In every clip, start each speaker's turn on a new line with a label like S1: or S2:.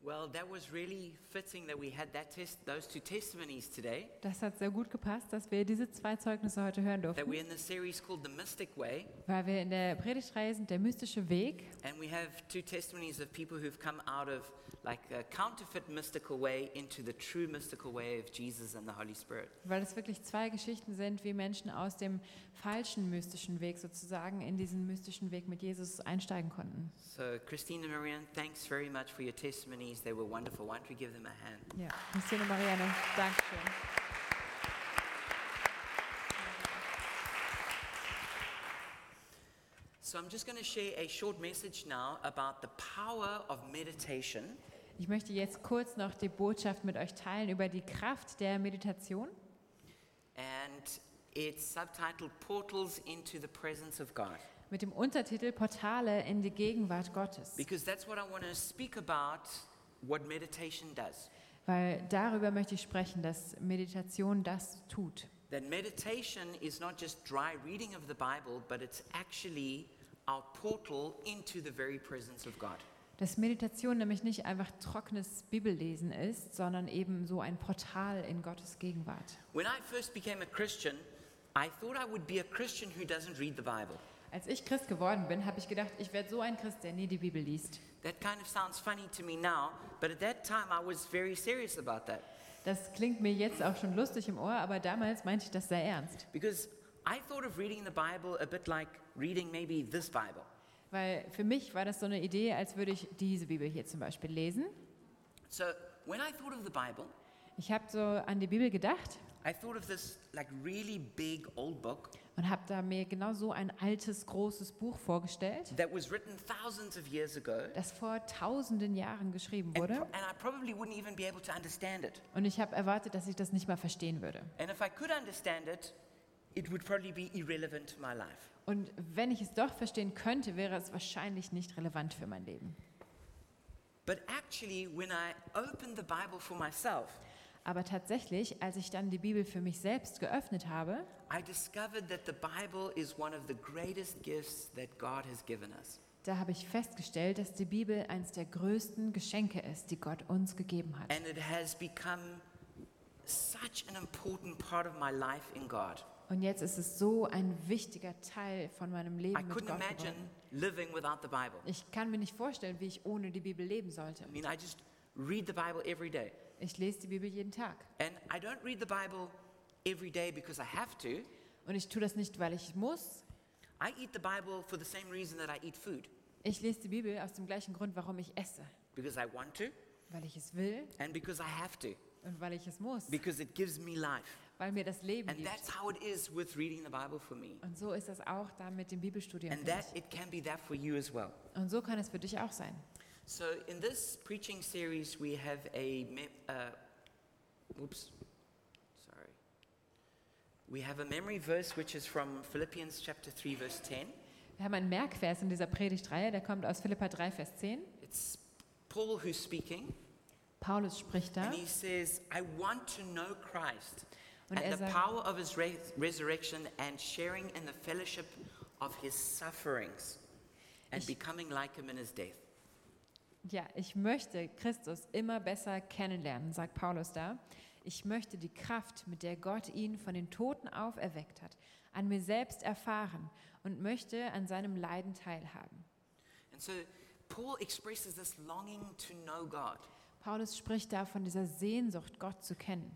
S1: Well, that was really fitting that we had that test, those two testimonies today.
S2: Das hat sehr gut gepasst, dass wir diese zwei Zeugnisse heute hören
S1: That
S2: durften,
S1: we're in the series called The Mystic Way,
S2: weil wir in der Predigtreihe sind, der mystische Weg.
S1: and we have two testimonies of people who've come out of like a counterfeit mystical way into the true mystical way of Jesus and the Holy Spirit.
S2: Weil es wirklich zwei Geschichten sind, wie Menschen aus dem falschen mystischen Weg sozusagen in diesen mystischen Weg mit Jesus einsteigen konnten.
S1: So, Christine and Marianne, thanks very much for your testimonies. They were wonderful. Why don't we give them a hand?
S2: Ja, Christine und Marianne, Dankeschön.
S1: So, I'm just going to share a short message now about the power of meditation.
S2: Ich möchte jetzt kurz noch die Botschaft mit euch teilen über die Kraft der Meditation.
S1: And it's subtitled Portals into the Presence of God.
S2: Mit dem Untertitel Portale in die Gegenwart Gottes.
S1: Because that's what I want to speak about what meditation does.
S2: Weil darüber möchte ich sprechen, dass Meditation das tut.
S1: That meditation is not just dry reading of the Bible, but it's actually our portal into the very presence of God.
S2: Dass Meditation nämlich nicht einfach trockenes Bibellesen ist, sondern eben so ein Portal in Gottes Gegenwart.
S1: When I first became a Christian, I thought I would be a Christian who doesn't read the Bible.
S2: Als ich Christ geworden bin, habe ich gedacht, ich werde so ein Christ, der nie die Bibel liest.
S1: That kind of sounds funny to me now, but at that time I was very serious about that
S2: Das klingt mir jetzt auch schon lustig im Ohr, aber damals meinte ich das sehr ernst.
S1: because I thought of reading the Bible a bit like reading maybe this Bible.
S2: Weil für mich war das so eine Idee, als würde ich diese Bibel hier zum Beispiel lesen.
S1: So when I thought of the Bible,
S2: Ich habe so an die Bibel gedacht
S1: I thought of this like really big old book
S2: und habe da mir genau so ein altes, großes Buch vorgestellt,
S1: that was written thousands of years ago,
S2: das vor tausenden Jahren geschrieben
S1: and, pro-
S2: wurde.
S1: and I probably wouldn't even be able to understand it.
S2: Und ich habe erwartet, dass ich das nicht mal verstehen würde.
S1: And if I could understand it, it would probably be irrelevant to my life.
S2: Und wenn ich es doch verstehen könnte, wäre es wahrscheinlich nicht relevant für mein Leben.
S1: But actually, when I opened the Bible for myself,
S2: Aber tatsächlich, als ich dann die Bibel für mich selbst geöffnet habe,
S1: I discovered that the Bible is one of the greatest gifts that God has given us.
S2: da habe ich festgestellt, dass die Bibel eines der größten Geschenke ist, die Gott uns gegeben hat.
S1: And it has become such an important part of my life in God.
S2: Und jetzt ist es so ein wichtiger Teil von meinem
S1: I
S2: Leben mit
S1: couldn't
S2: Gott
S1: imagine
S2: geworden.
S1: living without the Bible.
S2: Ich kann mir nicht vorstellen, wie ich ohne die Bibel leben sollte.
S1: I mean, I just read the Bible every day.
S2: Ich lese die Bibel jeden Tag.
S1: And I don't read the Bible every day because I have to.
S2: Und ich tue das nicht, weil ich muss.
S1: I eat the Bible for the same reason that I eat food
S2: Ich lese die Bibel aus dem gleichen Grund, warum ich esse.
S1: because I want to
S2: Weil ich es will
S1: and because I have to,
S2: und weil ich es muss.
S1: because it gives me life.
S2: Weil mir das Leben
S1: And
S2: gibt.
S1: that's how it is with reading the Bible for me.
S2: Und so ist das auch dann mit dem Bibelstudium.
S1: And
S2: für
S1: that
S2: mich.
S1: it can be that for you as well.
S2: Und so kann es für dich auch sein.
S1: So in this preaching series, we have a me- uh, oops, sorry. We have a memory verse which is from Philippians chapter three, verse ten.
S2: Wir haben einen Merkvers in dieser Predigtreihe, der kommt aus Philippa 3, Vers 10.
S1: It's Paul who's speaking,
S2: Paulus spricht da
S1: and he says, "I want to know Christ
S2: und
S1: and
S2: er
S1: the
S2: sagt,
S1: power of His res- resurrection, and sharing in the fellowship of His sufferings, and
S2: Ich-
S1: becoming like Him in His death."
S2: ja, ich möchte Christus immer besser kennenlernen, sagt Paulus da. Ich möchte die Kraft, mit der Gott ihn von den Toten auferweckt hat, an mir selbst erfahren und möchte an seinem Leiden teilhaben.
S1: And so Paul expresses this longing to know God.
S2: Paulus spricht da von dieser Sehnsucht, Gott zu kennen.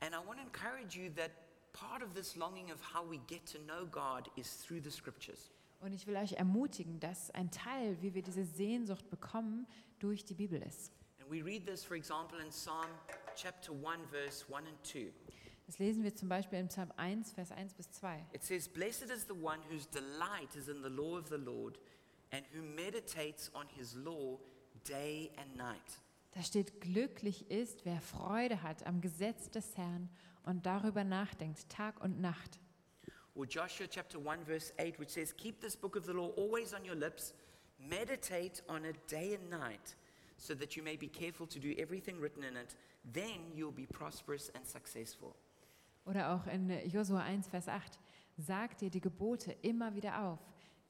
S1: And I want to encourage you that part of this longing of how we get to know God is through the scriptures.
S2: Und ich will euch ermutigen, dass ein Teil, wie wir diese Sehnsucht bekommen, durch die Bibel ist.
S1: And we read this, for example, in Psalm chapter 1, verse 1 and 2.
S2: Das lesen wir zum Beispiel im Psalm 1, Vers 1 bis 2.
S1: It says, Blessed is the one whose delight is in the law of the Lord and who meditates on his law day and night.
S2: Da steht, glücklich ist, wer Freude hat am Gesetz des Herrn und darüber nachdenkt, Tag und Nacht.
S1: Or Joshua chapter 1, verse 8, which says, Keep this book of the law always on your lips, meditate on it day and night, so that you may be careful to do everything written in it. Then you'll be prosperous and successful.
S2: Oder auch in Josua 1, Vers 8. Sag dir die Gebote immer wieder auf.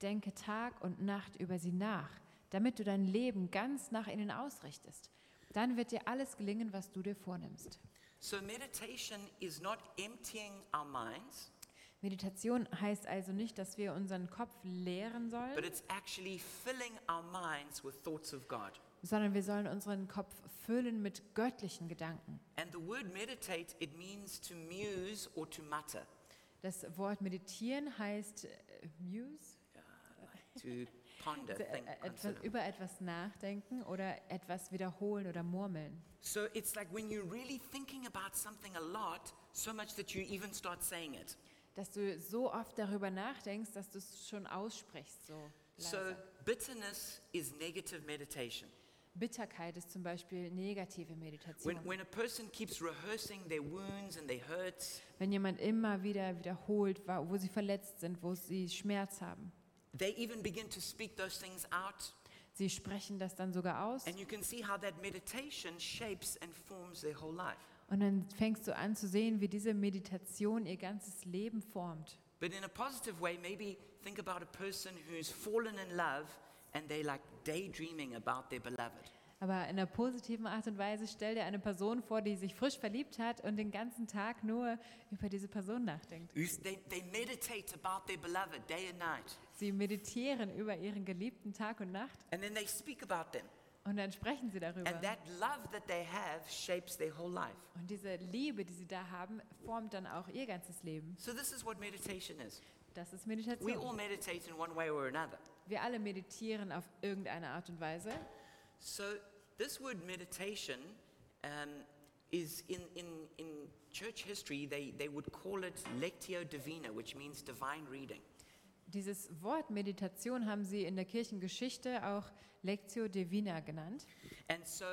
S2: Denke Tag und Nacht über sie nach, damit du dein Leben ganz nach ihnen ausrichtest. Dann wird dir alles gelingen, was du dir vornimmst.
S1: So, meditation is not emptying our minds,
S2: Meditation heißt also nicht, dass wir unseren Kopf leeren
S1: but
S2: sollen,
S1: it's actually filling our minds with thoughts of God.
S2: sondern wir sollen unseren Kopf füllen mit göttlichen Gedanken.
S1: And the word meditate, it means to muse or to mutter,
S2: Das Wort meditieren heißt äh, muse,
S1: to ponder,
S2: also,
S1: think,
S2: äh, etwas,
S1: consider.
S2: über etwas nachdenken oder etwas wiederholen oder murmeln.
S1: So, it's like when you're really thinking about something a lot, so much that you even start saying it.
S2: Dass du so oft darüber nachdenkst, dass du es schon aussprichst. So
S1: So,
S2: leise.
S1: bitterness is negative meditation.
S2: Bitterkeit ist zum Beispiel negative Meditation.
S1: When, when a person keeps rehearsing their wounds and their hurts,
S2: Wenn jemand immer wieder wiederholt, wa- wo sie verletzt sind, wo sie Schmerz haben.
S1: they even begin to speak those things out.
S2: Sie sprechen das dann sogar aus
S1: And you can see how that meditation shapes and forms their whole life.
S2: und dann fängst du an zu sehen, wie diese Meditation ihr ganzes Leben formt.
S1: But in a positive way, maybe think about a person who's fallen in love and they like daydreaming about their beloved.
S2: Aber in einer positiven Art und Weise stell dir eine Person vor, die sich frisch verliebt hat und den ganzen Tag nur über diese Person nachdenkt.
S1: Who's- They, they meditate about their beloved day and night.
S2: Sie meditieren über ihren geliebten Tag und Nacht
S1: And then they speak about them.
S2: und dann sprechen sie darüber.
S1: And that love that they have shapes their whole life.
S2: Und diese Liebe, die sie da haben, formt dann auch ihr ganzes Leben.
S1: So, this is what meditation is.
S2: Das ist
S1: We all
S2: Meditation.
S1: meditate in one way or another.
S2: Wir alle meditieren auf irgendeine Art und Weise.
S1: So this word meditation um, is in, in, in church history, they, they would call it lectio divina, which means divine reading.
S2: Dieses Wort Meditation haben sie in der Kirchengeschichte auch Lectio Divina genannt.
S1: And so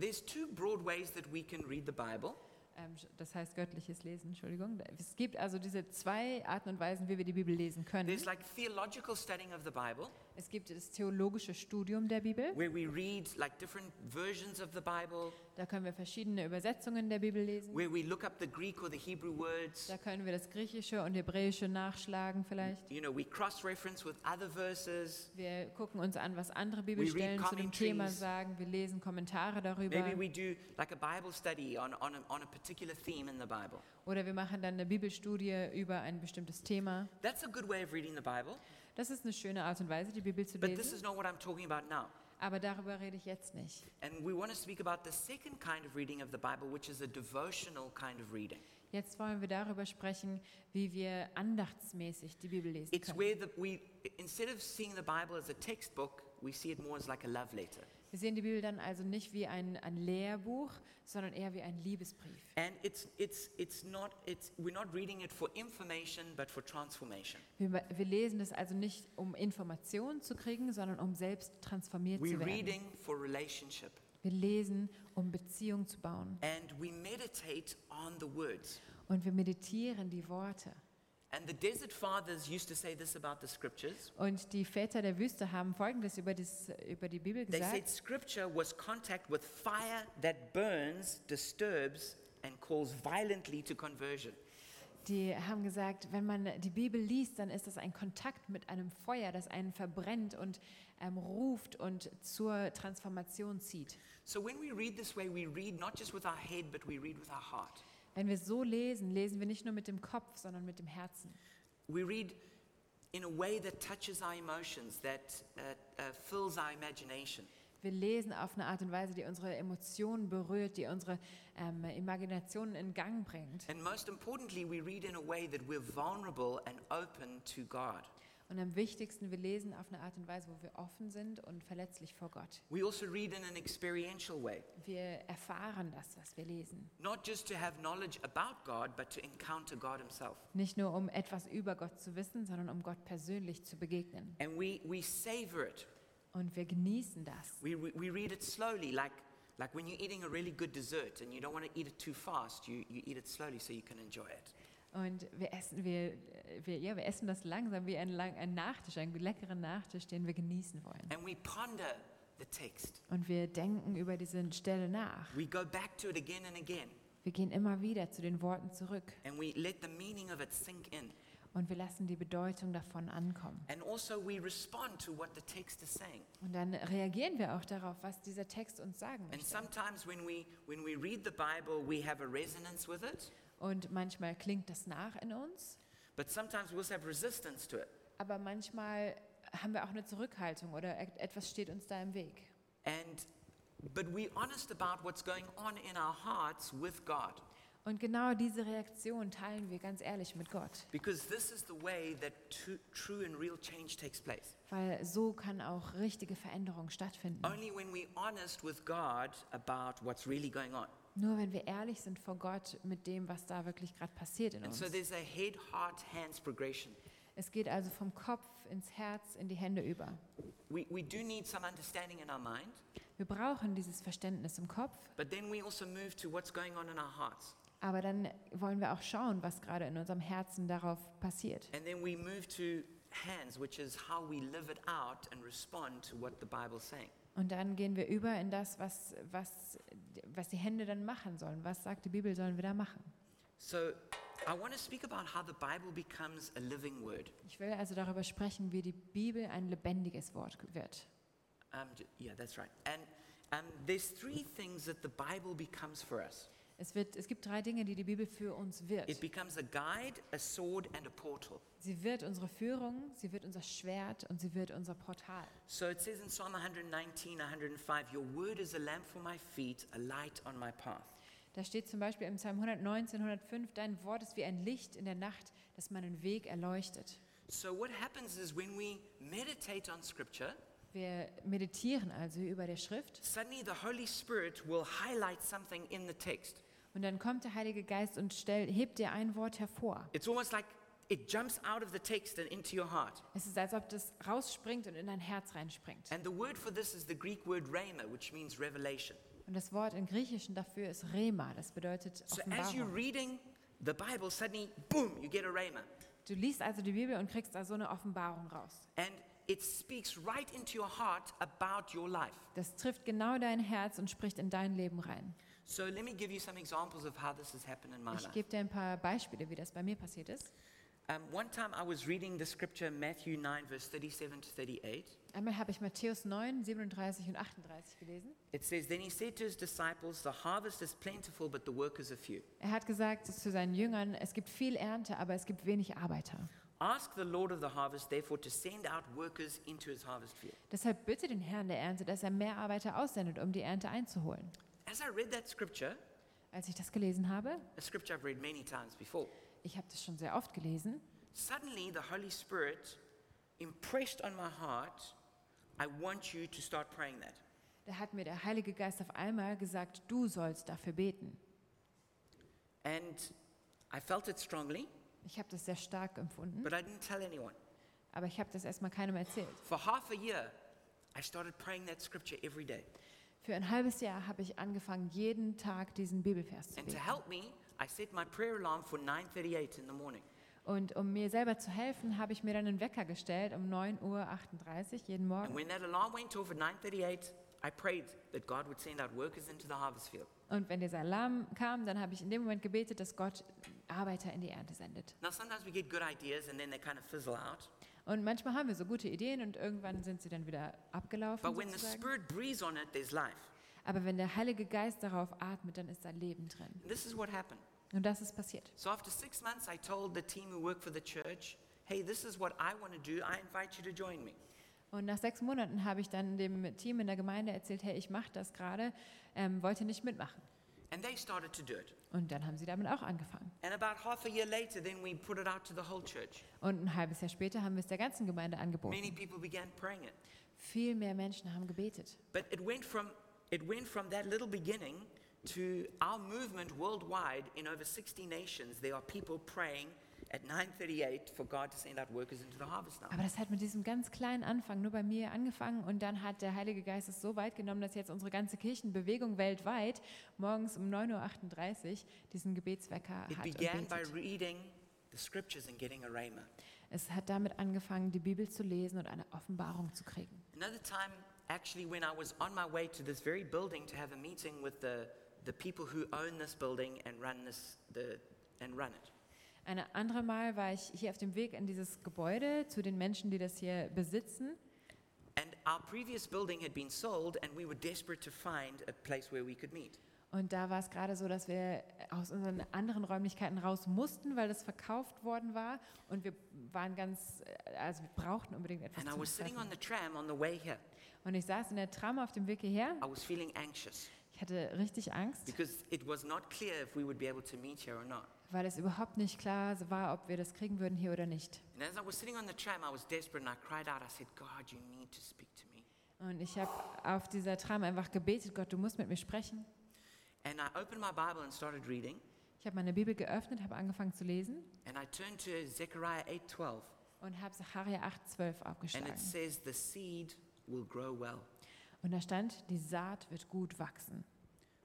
S1: there's two broad ways that we can read the Bible.
S2: Ähm, Das heißt göttliches Lesen, Entschuldigung. Es gibt also diese zwei Arten und Weisen, wie wir die Bibel lesen können.
S1: There's like theological studying of the Bible,
S2: Es gibt das theologische Studium der Bibel.
S1: where we read like different versions of the Bible,
S2: Da können wir verschiedene Übersetzungen der Bibel lesen.
S1: where we look up the Greek or the Hebrew words.
S2: Da können wir das Griechische und Hebräische nachschlagen vielleicht.
S1: You know, we cross reference with other verses.
S2: Wir gucken uns an, was andere
S1: read
S2: Bibelstellen zu dem Thema
S1: commentaries.
S2: sagen. Wir lesen Kommentare darüber.
S1: Maybe we do like a Bible study on, on, a, on a particular theme in the Bible.
S2: Oder wir machen dann eine Bibelstudie über ein bestimmtes Thema.
S1: That's a good way of reading the Bible.
S2: Das ist eine schöne Art und Weise, die Bibel zu
S1: But this
S2: lesen.
S1: is not what I'm talking about now.
S2: Aber darüber rede ich jetzt nicht.
S1: And we want to speak about the second kind of reading of the Bible, which is a devotional kind of reading.
S2: Jetzt wollen wir darüber sprechen, wie wir andachtsmäßig die Bibel lesen
S1: It's
S2: können.
S1: where the, we, instead of seeing the Bible as a textbook, we see it more as like a love letter.
S2: Wir sehen die Bibel dann also nicht wie ein, ein Lehrbuch, sondern eher wie ein Liebesbrief.
S1: And it's, it's, it's not, it's, we're not reading it for information, but for transformation.
S2: Wir, wir lesen es also nicht, um Informationen zu kriegen, sondern um selbst transformiert
S1: We're
S2: zu werden.
S1: reading for relationship.
S2: Wir lesen, um Beziehung zu bauen.
S1: And we meditate on the words.
S2: Und wir meditieren die Worte.
S1: And the Desert Fathers used to say this about the scriptures.
S2: Und die Väter der Wüste haben Folgendes über, das, über die Bibel
S1: They said
S2: gesagt.
S1: scripture was contact with fire that burns, disturbs, and calls violently to conversion.
S2: Die haben gesagt, wenn man die Bibel liest, dann ist das ein Kontakt mit einem Feuer, das einen verbrennt und ähm, ruft und zur Transformation zieht.
S1: So when we read this way, we read not just with our head, but we read with our heart.
S2: Wenn wir so lesen, lesen wir nicht nur mit dem Kopf, sondern mit dem Herzen.
S1: We read in a way that touches our emotions, that uh, uh, fills our imagination.
S2: Wir lesen auf eine Art und Weise, die unsere Emotionen berührt, die unsere ähm, Imaginationen in Gang bringt.
S1: And most importantly, we read in a way that we're vulnerable and open to God.
S2: Und am wichtigsten, wir lesen auf eine Art und Weise, wo wir offen sind und verletzlich vor Gott.
S1: We also read in an experiential way,
S2: Wir erfahren das, was wir lesen.
S1: not just to have knowledge about God, but to encounter God Himself.
S2: Nicht nur, um etwas über Gott zu wissen, sondern um Gott persönlich zu begegnen.
S1: And we, we savor it,
S2: Und wir genießen das.
S1: We, we, we read it slowly, like, like when you're eating a really good dessert and you don't want to eat it too fast, you, you eat it slowly so you can enjoy it.
S2: Und wir essen, wir, äh, wir, ja, wir essen das langsam wie einen, lang, einen Nachtisch, einen leckeren Nachtisch, den wir genießen wollen.
S1: And we ponder the text.
S2: Und wir denken über diese Stelle nach.
S1: We go back to it again and again,
S2: Wir gehen immer wieder zu den Worten zurück
S1: and we let the meaning of it sink in.
S2: und wir lassen die Bedeutung davon ankommen.
S1: And also, we respond to what the text is saying.
S2: Und dann reagieren wir auch darauf, was dieser Text uns sagen
S1: And
S2: möchte.
S1: sometimes, when we, when we read the Bible, we have a resonance with it,
S2: Und manchmal klingt das nach in uns,
S1: but sometimes we also have resistance to it.
S2: aber manchmal haben wir auch eine Zurückhaltung oder et- etwas steht uns da im Weg.
S1: And, but we're honest about what's going on in our hearts with God,
S2: Und genau diese Reaktion teilen wir ganz ehrlich mit Gott,
S1: because this is the way that tu- true and real change takes place.
S2: weil so kann auch richtige Veränderung stattfinden.
S1: Only when we're honest with God about what's really going on.
S2: Nur wenn wir ehrlich sind vor Gott mit dem, was da wirklich gerade passiert in
S1: And
S2: uns.
S1: so there's a head, heart, hands progression.
S2: Es geht also vom Kopf ins Herz, in die Hände über.
S1: We, we do need some understanding in our mind,
S2: Wir brauchen dieses Verständnis im Kopf,
S1: but then we also move to what's going on in our hearts.
S2: aber dann wollen wir auch schauen, was gerade in unserem Herzen darauf passiert.
S1: And then we move to hands, which is how we live it out and respond to what the Bible's saying.
S2: Und dann gehen wir über in das, was, was, was die Hände dann machen sollen. Was sagt die Bibel, sollen wir da machen?
S1: So I want to speak about how the Bible becomes a living word.
S2: Ich will also darüber sprechen, wie die Bibel ein lebendiges Wort wird.
S1: Um, j- yeah, that's right. And um, there's three things that the Bible becomes for us.
S2: Es, wird, es gibt drei Dinge, die die Bibel für uns
S1: It
S2: wird.
S1: becomes a guide, a sword, and a portal.
S2: Sie wird unsere Führung, sie wird unser Schwert und sie wird unser Portal.
S1: So it says in Psalm 119, 105, Your word is a lamp for my feet, a light on my path.
S2: Da steht zum Beispiel im Psalm 119, 105, dein Wort ist wie ein Licht in der Nacht, das meinen Weg erleuchtet.
S1: So what happens is when we meditate on Scripture,
S2: Wir meditieren also über der Schrift
S1: suddenly the Holy Spirit will highlight something in the text.
S2: und dann kommt der Heilige Geist und stell, hebt dir ein Wort hervor.
S1: It's almost like it jumps out of the text and into your heart.
S2: Es ist, als ob das rausspringt und in dein Herz reinspringt.
S1: And the word for this is the Greek word rhema, which means revelation.
S2: Und das Wort im Griechischen dafür ist Rema, das bedeutet
S1: So as you're
S2: Offenbarung.
S1: reading the Bible, suddenly, boom, you get a rhema.
S2: Du liest also die Bibel und kriegst da so eine Offenbarung raus.
S1: And it speaks right into your heart about your life.
S2: Das trifft genau dein Herz und spricht in dein Leben rein.
S1: So let me give you some examples of how this has happened in my
S2: Ich
S1: life.
S2: gebe dir ein paar Beispiele, wie das bei mir passiert ist.
S1: Um, one time I was reading the scripture, Matthew 9, verse 37 to 38.
S2: Einmal habe ich Matthäus 9, 37 und 38 gelesen.
S1: It says, Then he said to his disciples, The harvest is plentiful, but the workers are few.
S2: Er hat gesagt zu seinen Jüngern, es gibt viel Ernte, aber es gibt wenig Arbeiter.
S1: Ask the Lord of the harvest, therefore, to send out workers into his harvest field.
S2: Deshalb bitte den Herrn der Ernte, dass er mehr Arbeiter aussendet, um die Ernte einzuholen.
S1: As I read that scripture,
S2: Als ich das gelesen habe,
S1: a scripture I've read many times before,
S2: ich habe das schon sehr oft gelesen,
S1: suddenly the Holy Spirit impressed on my heart, I want you to start praying that.
S2: da hat mir der Heilige Geist auf einmal gesagt, du sollst dafür beten.
S1: And I felt it strongly,
S2: Ich habe das sehr stark empfunden,
S1: but I didn't tell anyone.
S2: aber ich habe das erstmal keinem erzählt.
S1: For half a year, I started praying that scripture every day.
S2: Für ein halbes Jahr habe ich angefangen, jeden Tag diesen Bibelvers zu
S1: And to
S2: beten.
S1: help me, I set my prayer alarm for 9:38 in the morning.
S2: Und um mir selber zu helfen, habe ich mir dann einen Wecker gestellt um 9.38 Uhr jeden Morgen.
S1: And when that alarm went off at 9:38, I prayed that God would send out workers into the harvest field.
S2: Und wenn dieser Alarm kam, dann habe ich in dem Moment gebetet, dass Gott Arbeiter in die Ernte sendet.
S1: Now sometimes we get good ideas and then they kind of fizzle out.
S2: Und manchmal haben wir so gute Ideen und irgendwann sind sie dann wieder abgelaufen.
S1: But when the
S2: Sozusagen.
S1: Spirit breathes on it, there's life.
S2: Aber wenn der Heilige Geist darauf atmet, dann ist da Leben drin.
S1: And this is what happened.
S2: Und das ist passiert.
S1: So after six months, I told the team who work for the church, hey, this is what I want to do. I invite you to join me.
S2: Und nach sechs Monaten habe ich dann dem Team in der Gemeinde erzählt, hey, ich mache das gerade, ähm, wollte nicht mitmachen.
S1: And they started to do it.
S2: Und dann haben sie damit auch angefangen.
S1: And about half a year later, then we put it out to the whole church.
S2: Und ein halbes Jahr später haben wir es der ganzen Gemeinde
S1: Many
S2: angeboten.
S1: people began praying it.
S2: Viel mehr Menschen haben gebetet.
S1: But it went from it went from that little beginning to our movement worldwide in over 60 nations. There are people praying at 9:38 for God to send out workers into the harvest now.
S2: Aber das hat mit diesem ganz kleinen Anfang nur bei mir angefangen und dann hat der Heilige Geist es so weit genommen, dass jetzt unsere ganze Kirchenbewegung weltweit morgens um 9.38 Uhr diesen Gebetswecker
S1: It
S2: hat. Und
S1: began by
S2: betet.
S1: reading the scriptures and getting a rhema.
S2: Es hat damit angefangen, die Bibel zu lesen und eine Offenbarung zu kriegen.
S1: Another time, actually, when I was on my way to this very building to have a meeting with the, the people who own this building and run this the, and run it,
S2: Ein anderes Mal war ich hier auf dem Weg in dieses Gebäude zu den Menschen, die das hier besitzen.
S1: And our previous building had been sold, and we were desperate to find a place where we could meet.
S2: Und da war es gerade so, dass wir aus unseren anderen Räumlichkeiten raus mussten, weil das verkauft worden war. Und wir waren ganz, äh, also wir brauchten unbedingt etwas
S1: And I
S2: zum
S1: was sitting on
S2: Treffen.
S1: the tram on the way here.
S2: Und ich saß in der Tram auf dem Weg hierher.
S1: I was feeling anxious
S2: Ich hatte richtig Angst,
S1: because it was not clear if we would be able to meet here or not.
S2: weil es überhaupt nicht klar war, ob wir das kriegen würden hier oder nicht.
S1: And as I was sitting on the tram, I was desperate and I cried out. I said, God, you need to speak to me.
S2: Und ich habe auf dieser Tram einfach gebetet, Gott, du musst mit mir sprechen.
S1: And I opened my Bible and started reading.
S2: Ich habe meine Bibel geöffnet, habe angefangen zu lesen
S1: And I turned to Zechariah 8:12,
S2: und habe Sacharja 8,12
S1: and it
S2: aufgeschlagen.
S1: says, "The seed will grow well."
S2: Und da stand, die Saat wird gut wachsen.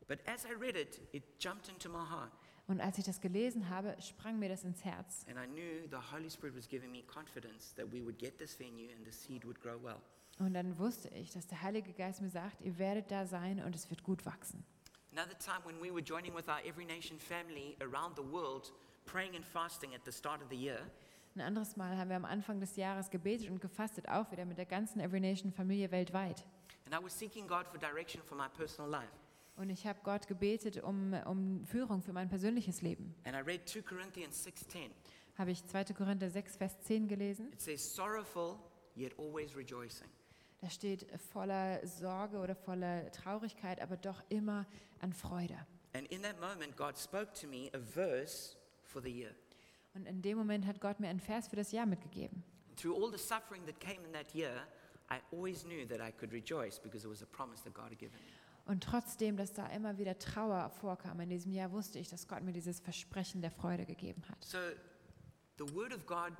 S1: But as I read it, it jumped into my heart,
S2: Und als ich das gelesen habe, sprang mir das ins Herz.
S1: and I knew the Holy Spirit was giving me confidence that we would get this venue and the seed would grow well.
S2: Und dann wusste ich, dass der Heilige Geist mir sagt, ihr werdet da sein und es wird gut wachsen.
S1: Another time when we were joining with our Every Nation family around the world, praying and fasting at the start of the year,
S2: Ein anderes Mal haben wir am Anfang des Jahres gebetet und gefastet, auch wieder mit der ganzen Every Nation Familie weltweit.
S1: and I was seeking God for direction for my personal life.
S2: Und ich habe Gott gebetet um, um Führung für mein persönliches Leben.
S1: And I read 2 Corinthians 6:10.
S2: Habe ich 2. Korinther 6, Vers 10 gelesen.
S1: It says, "Sorrowful, yet always rejoicing."
S2: Da steht voller Sorge oder voller Traurigkeit, aber doch immer an Freude.
S1: And in that moment, God spoke to me a verse for the year.
S2: Und in dem Moment hat Gott mir einen Vers für das Jahr mitgegeben.
S1: And through all the suffering that came in that year, I always knew that I could rejoice because it was a promise that God had given me.
S2: Und trotzdem, dass da immer wieder Trauer vorkam in diesem Jahr, wusste ich, dass Gott mir dieses Versprechen der Freude gegeben hat.
S1: So the Word of God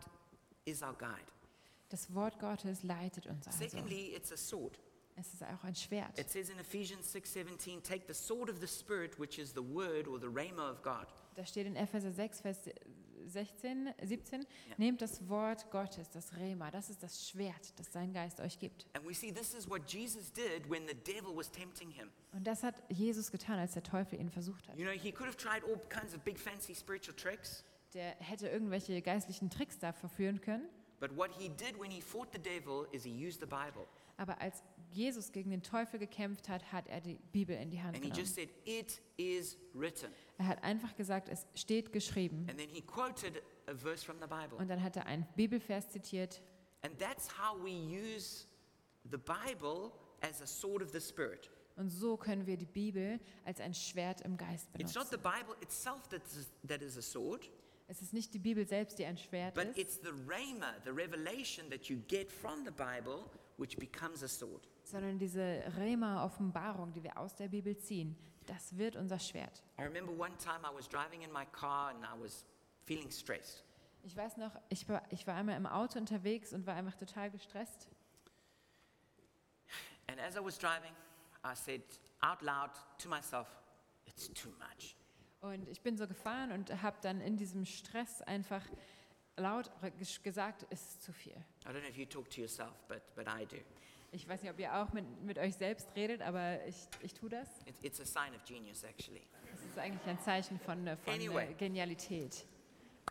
S1: is our guide.
S2: Das Wort Gottes leitet uns also.
S1: Secondly, it's a sword.
S2: Es ist auch ein Schwert.
S1: It says in Ephesians 6:17, "Take the sword of the Spirit, which is the word or the rhema of God."
S2: Da steht in Epheser 6, Vers 16, 17, nehmt das Wort Gottes, das Rema, das ist das Schwert, das sein Geist euch gibt.
S1: And we see this is what Jesus did when the devil was tempting him.
S2: Und das hat Jesus getan, als der Teufel ihn versucht hat.
S1: You know, he could have tried all kinds of big fancy spiritual tricks,
S2: Der hätte irgendwelche geistlichen Tricks da verführen können,
S1: but what he did when he fought the devil is he used the Bible.
S2: aber als Jesus gegen den Teufel gekämpft hat, hat er die Bibel in die Hand
S1: And he
S2: genommen.
S1: just said, It is written.
S2: Er hat einfach gesagt, es steht geschrieben.
S1: And then he quoted a verse from the Bible.
S2: Und dann hat er einen Bibelvers zitiert.
S1: And that's how we use the Bible as a sword of the Spirit.
S2: Und so können wir die Bibel als ein Schwert im Geist
S1: It's not
S2: benutzen.
S1: the Bible itself that is, that is a sword,
S2: Es ist nicht die Bibel selbst, die ein Schwert
S1: but
S2: ist,
S1: it's the rhema, the revelation that you get from the Bible, which becomes a sword.
S2: sondern diese Rema-Offenbarung, die wir aus der Bibel ziehen. Das wird unser Schwert.
S1: I remember one time I was driving in my car and I was feeling stressed.
S2: Ich weiß noch, ich war, ich war einmal im Auto unterwegs und war einfach total gestresst.
S1: And as I was driving, I said out loud to myself, It's too much.
S2: Und ich bin so gefahren und habe dann in diesem Stress einfach laut ges- gesagt, es ist zu viel.
S1: I don't know if you talk to yourself, but, but I do.
S2: Ich weiß nicht, ob ihr auch mit, mit euch selbst redet, aber ich, ich tue das.
S1: It, it's a sign of genius, actually.
S2: Das ist eigentlich ein Zeichen von, äh, von
S1: Anyway.
S2: äh, Genialität.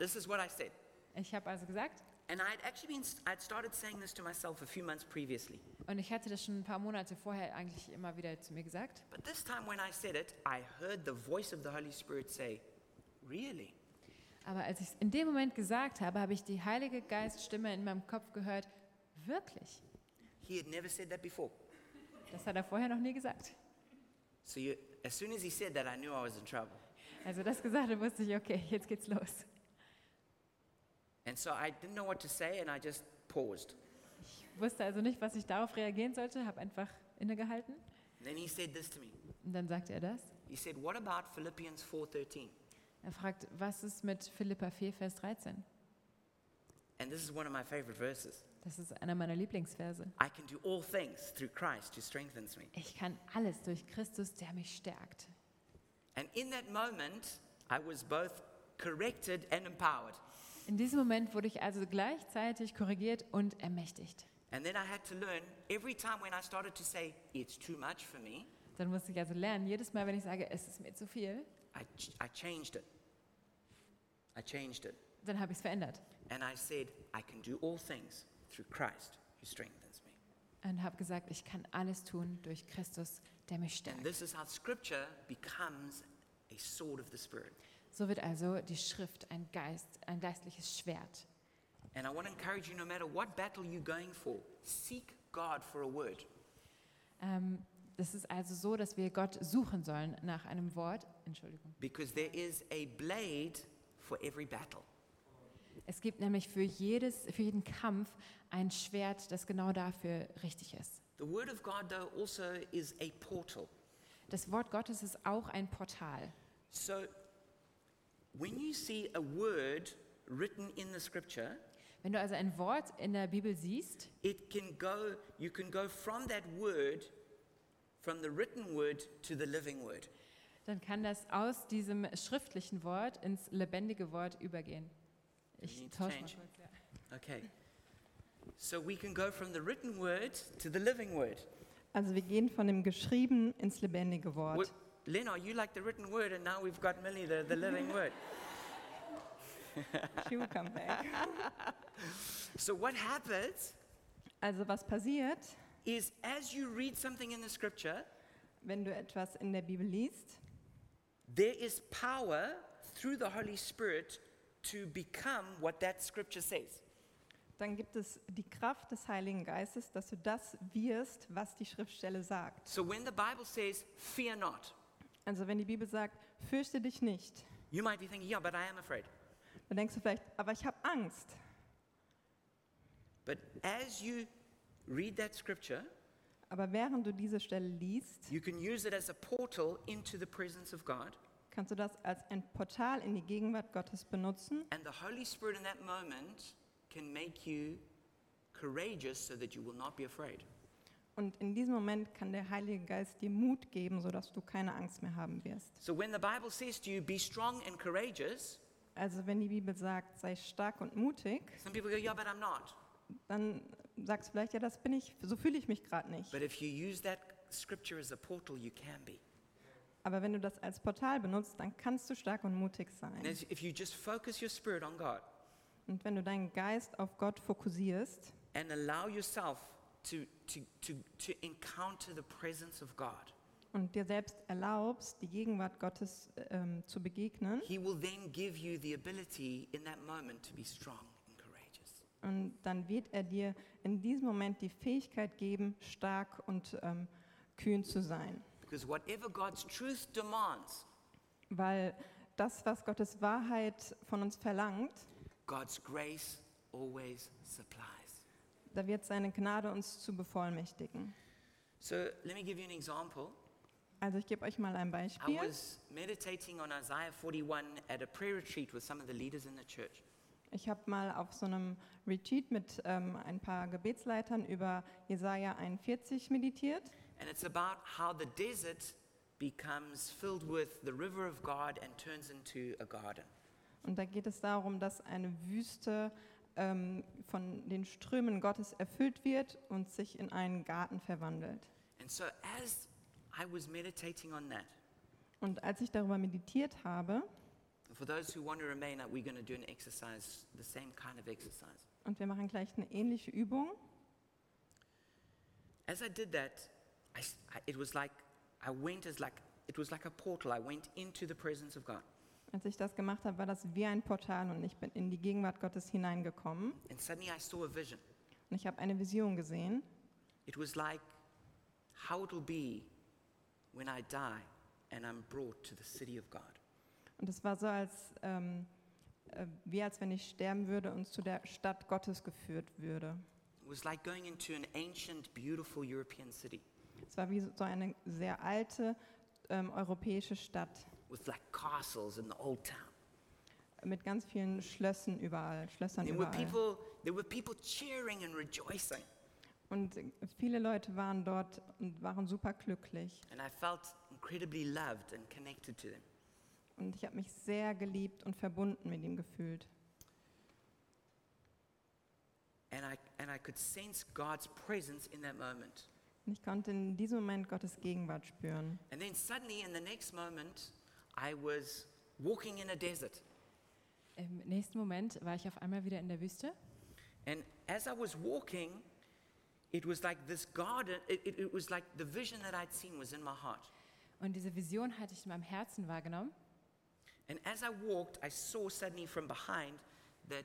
S1: This is what I said.
S2: Ich habe also gesagt,
S1: And I'd actually been, I'd started saying this to myself a few months previously.
S2: und ich hatte das schon ein paar Monate vorher eigentlich immer wieder zu mir gesagt,
S1: But this time when I said it, I heard the voice of the Holy Spirit say, Really?
S2: aber als ich es in dem Moment gesagt habe, habe ich die Heilige Geiststimme in meinem Kopf gehört, wirklich.
S1: He had never said that before.
S2: Das hat er vorher noch nie gesagt.
S1: So you, as soon as he said that, I knew I was in trouble.
S2: Also das gesagt, da wusste ich, okay, jetzt geht's los.
S1: And so I didn't know what to say and I just paused.
S2: Ich wusste also nicht, was ich darauf reagieren sollte, habe einfach innegehalten.
S1: And then he said this to me.
S2: Und dann sagte er das.
S1: He said, What about Philippians 4.13?
S2: Er fragt, was ist mit Philippa 4, Vers 13?
S1: And this is one of my favorite verses.
S2: Das ist einer meiner Lieblingsverse.
S1: I can do all things through Christ who strengthens me.
S2: Ich kann alles durch Christus, der mich stärkt.
S1: And in that moment, I was both corrected and empowered.
S2: In diesem Moment wurde ich also gleichzeitig korrigiert und ermächtigt.
S1: And then I had to learn every time when I started to say, it's too much for me,
S2: Dann musste ich also lernen, jedes Mal, wenn ich sage, es ist mir zu viel,
S1: I, ch- I changed it. I changed it.
S2: Dann habe ich es verändert
S1: And I said, I can do all things through Christ who strengthens me.
S2: und habe gesagt, ich kann alles tun durch Christus, der mich
S1: And
S2: stärkt.
S1: this is how scripture becomes a sword of the Spirit.
S2: So wird also die Schrift ein Geist, ein geistliches Schwert.
S1: And I want to encourage you no matter what battle you're going for, seek God for a word.
S2: Ähm, das ist also so, dass wir Gott suchen sollen nach einem Wort. Entschuldigung.
S1: Because there is a blade for every battle.
S2: Es gibt nämlich für, jedes, für jeden Kampf ein Schwert, das genau dafür richtig ist.
S1: The Word of God, though, also is a portal.
S2: Das Wort Gottes ist auch ein Portal.
S1: So when you see a word written in the scripture,
S2: Wenn du also ein Wort in der Bibel siehst,
S1: it can go, you can go from that word, from the written word to the living word.
S2: dann kann das aus diesem schriftlichen Wort ins lebendige Wort übergehen.
S1: You
S2: Ich
S1: need to
S2: tausche mal
S1: change.
S2: kurz. Ja.
S1: Okay. So we can go from the written word to the living word.
S3: Also wir gehen von dem geschrieben ins lebendige Wort.
S1: Wh- Lena, you like the written word, and now we've got Millie, the, the living word.
S3: She will come back.
S1: So what happens
S3: Also was passiert,
S1: is as you read something in the scripture,
S3: wenn du etwas in der Bibel liest?
S1: there is power through the Holy Spirit to become what that scripture says.
S3: Dann gibt es die Kraft des Heiligen Geistes, dass du das wirst, was die Schriftstelle sagt.
S1: So when the Bible says, fear not,
S3: Also wenn die Bibel sagt, fürchte dich nicht,
S1: you might be thinking, yeah, but I am afraid.
S3: dann denkst du vielleicht, aber ich habe Angst.
S1: But as you read that scripture,
S3: Aber während du diese Stelle liest,
S1: you can use it as a portal into the presence of God.
S3: kannst du das als ein Portal in die Gegenwart Gottes benutzen
S1: And the Holy Spirit in that moment can make you courageous so that you will not be afraid.
S3: und in diesem Moment kann der Heilige Geist dir Mut geben, sodass du keine Angst mehr haben wirst.
S1: So when the Bible says to you, be strong and courageous,
S3: Also wenn die Bibel sagt, sei stark und mutig,
S1: some people go, yeah, but I'm not.
S3: dann sagst du vielleicht, ja, das bin ich, so fühle ich mich gerade nicht.
S1: But if you use that scripture as a portal, you can be.
S3: Aber wenn du das als Portal benutzt, dann kannst du stark und mutig
S1: And
S3: sein.
S1: as, if you just focus your spirit on God
S3: Und wenn du deinen Geist auf Gott fokussierst
S1: and allow yourself to, to, to, to encounter the presence of God,
S3: und dir selbst erlaubst, die Gegenwart Gottes ähm, zu begegnen,
S1: He will then give you the ability in that moment to be strong and courageous.
S3: und dann wird er dir in diesem Moment die Fähigkeit geben, stark und ähm, kühn zu sein.
S1: Because whatever God's truth demands,
S3: Weil das, was Gottes Wahrheit von uns verlangt,
S1: God's grace always supplies.
S3: da wird seine Gnade uns zu bevollmächtigen.
S1: So let me give you an example.
S3: Also ich gebe euch mal ein
S1: I
S3: Beispiel.
S1: was meditating on Isaiah 41 at a prayer retreat with some of the leaders in the church.
S3: Ich habe mal auf so einem Retreat mit ähm, ein paar Gebetsleitern über Jesaja 41 meditiert.
S1: And it's about how the desert becomes filled with the river of God and turns into a garden.
S3: Und da geht es darum, dass eine Wüste ähm, von den Strömen Gottes erfüllt wird und sich in einen Garten verwandelt.
S1: And so as I was meditating on that,
S3: Und als ich darüber meditiert habe,
S1: for those who want to remain, uh, we're going to do an exercise, the same kind of exercise.
S3: und wir machen gleich eine ähnliche Übung,
S1: As I did that, I s I it was like I went as like it was like a portal. I went into the presence of God,
S3: als ich das gemacht habe, war das wie ein Portal und ich bin in die Gegenwart Gottes hineingekommen
S1: and suddenly I saw a vision.
S3: und ich habe eine Vision gesehen.
S1: It was like how it'll be when I die and I'm brought to the city of God.
S3: Und es war so, als ähm, äh, wie als wenn ich sterben würde und zu der Stadt Gottes geführt würde.
S1: It was like going into an ancient, beautiful European city
S3: Es war wie so eine sehr alte ähm, europäische Stadt
S1: with like castles in the old town.
S3: mit ganz vielen Schlössern überall, Schlössern
S1: There were
S3: überall.
S1: people. There were people cheering and rejoicing,
S3: Und viele Leute waren dort und waren super glücklich.
S1: and I felt incredibly loved and connected to them.
S3: Und ich habe mich sehr geliebt und verbunden mit ihm gefühlt.
S1: And I and I could sense God's presence in that moment.
S3: Und ich konnte in diesem Moment Gottes Gegenwart spüren.
S1: And then suddenly, in the next moment, I was walking in a desert.
S2: Im nächsten Moment war ich auf einmal wieder in der Wüste
S1: And as I was walking, it was like this garden, it, it, it was like the vision that I'd seen was in my heart.
S2: und diese Vision hatte ich in meinem Herzen wahrgenommen.
S1: And as I walked, I saw suddenly from behind that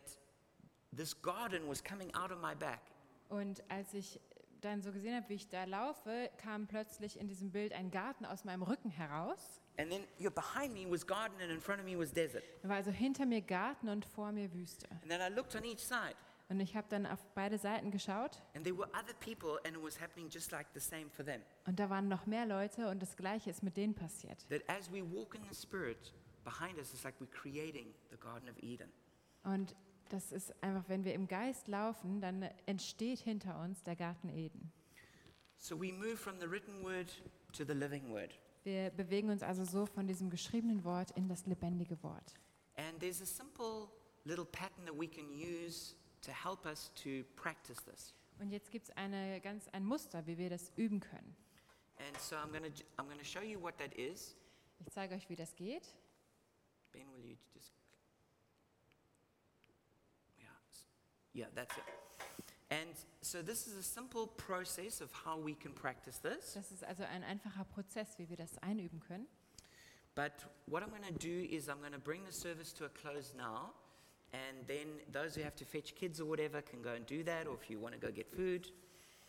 S1: this garden was coming out of my back.
S2: Und als ich dann so gesehen habe, wie ich da laufe, kam plötzlich in diesem Bild ein Garten aus meinem Rücken heraus.
S1: And then you behind me was garden, and in front of me was desert.
S2: Da war also hinter mir Garten und vor mir Wüste.
S1: And then I looked on each side,
S2: Und ich habe dann auf beide Seiten geschaut
S1: and there were other people, and it was happening just like the same for them.
S2: und da waren noch mehr Leute und das Gleiche ist mit denen passiert.
S1: That as we walk in the Spirit, behind us, it's like we're creating the Garden of Eden.
S2: Und das ist einfach, wenn wir im Geist laufen, dann entsteht hinter uns der Garten Eden.
S1: So we move from the written word to the living word.
S2: Wir bewegen uns also so von diesem geschriebenen Wort in das lebendige Wort.
S1: And there's a simple little pattern that we can use to help us to practice this.
S2: Und jetzt gibt es eine, ganz ein Muster, wie wir das üben können.
S1: And so I'm going to I'm going to show you what that is.
S2: Ich zeige euch, wie das geht.
S1: Ben, will you just Yeah. s- Yeah, that's it. And so this is a simple process of how we can practice this.
S2: Das ist also ein einfacher Prozess, wie wir das einüben können.
S1: But what I'm going to do is I'm going to bring the service to a close now. And then those who have to fetch kids or whatever can go and do that, or if you want to go get food.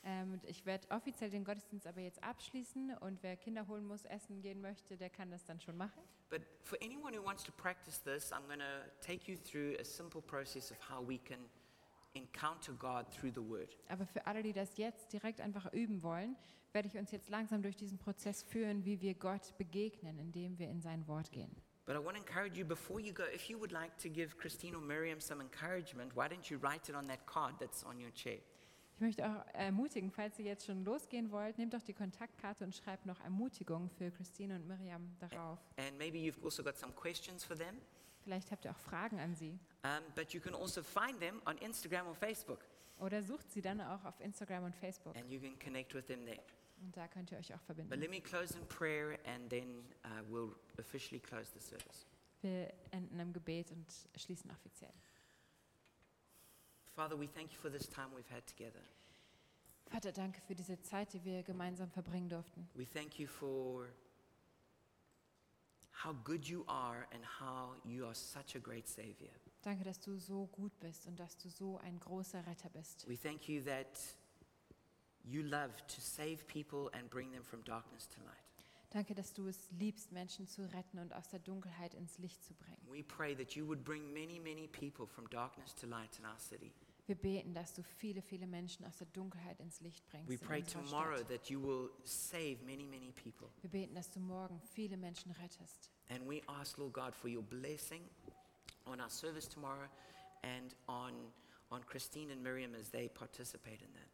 S2: Ähm, und ich werde offiziell den Gottesdienst aber jetzt abschließen und wer Kinder holen muss, essen gehen möchte, der kann das dann schon machen.
S1: But for anyone who wants to practice this, I'm going to take you through a simple process of how we can encounter God through the Word.
S2: Aber für alle, die das jetzt direkt einfach üben wollen, werde ich uns jetzt langsam durch diesen Prozess führen, wie wir Gott begegnen, indem wir in sein Wort gehen.
S1: But I want to encourage you before you go, if you would like to give Christine or Miriam some encouragement, why don't you write it on that card that's on your chair?
S2: Ich möchte auch ermutigen, falls ihr jetzt schon losgehen wollt, nehmt doch die Kontaktkarte und schreibt noch Ermutigung für Christine und Miriam darauf.
S1: And maybe you've also got some questions for them.
S2: Vielleicht habt ihr auch Fragen an sie
S1: Um, but you can also find them on Instagram or Facebook,
S2: oder sucht sie dann auch auf Instagram und Facebook
S1: and you can connect with them there.
S2: und da könnt ihr euch auch
S1: But
S2: verbinden.
S1: let me close in prayer, and then uh, we'll officially close the service.
S2: Wir enden im Gebet und schließen offiziell.
S1: Father, we thank you for this time we've had together.
S2: Vater, danke für diese Zeit, die wir gemeinsam verbringen durften.
S1: We thank you for how good you are and how you are such a great Savior.
S2: Danke, dass du so gut bist und dass du so ein großer Retter bist.
S1: We thank you that you love to save people and bring them from darkness to light.
S2: Danke, dass du es liebst, Menschen zu retten und aus der Dunkelheit ins Licht zu bringen.
S1: We pray that you would bring many, many people from darkness to light in our city.
S2: Wir beten, dass du viele, viele Menschen aus der Dunkelheit ins Licht bringst.
S1: We
S2: in
S1: pray
S2: unserer
S1: tomorrow
S2: Stadt.
S1: that you will save many, many people.
S2: Wir beten, dass du morgen viele Menschen rettest.
S1: And we ask, Lord God, for your blessing on our service tomorrow and on, on Christine and Miriam as they participate in that.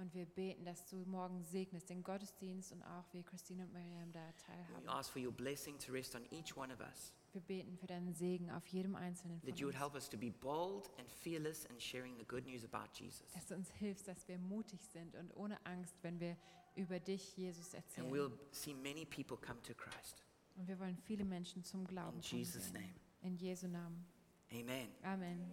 S2: Und wir beten, dass du morgen segnest den Gottesdienst und auch wie Christine und Miriam da teilhaben.
S1: We ask for your blessing to rest on each one of us,
S2: Wir beten für deinen Segen auf jedem Einzelnen von
S1: that you would
S2: uns.
S1: help us to be bold and fearless in sharing the good news about Jesus.
S2: Dass du uns hilfst, dass wir mutig sind und ohne Angst, wenn wir über dich, Jesus,
S1: And we'll
S2: erzählen.
S1: see many people come to Christ.
S2: Und wir wollen viele Menschen zum
S1: In
S2: Glauben kommen
S1: Jesus'
S2: sehen.
S1: name.
S2: In Jesu Namen.
S1: Amen.
S2: Amen.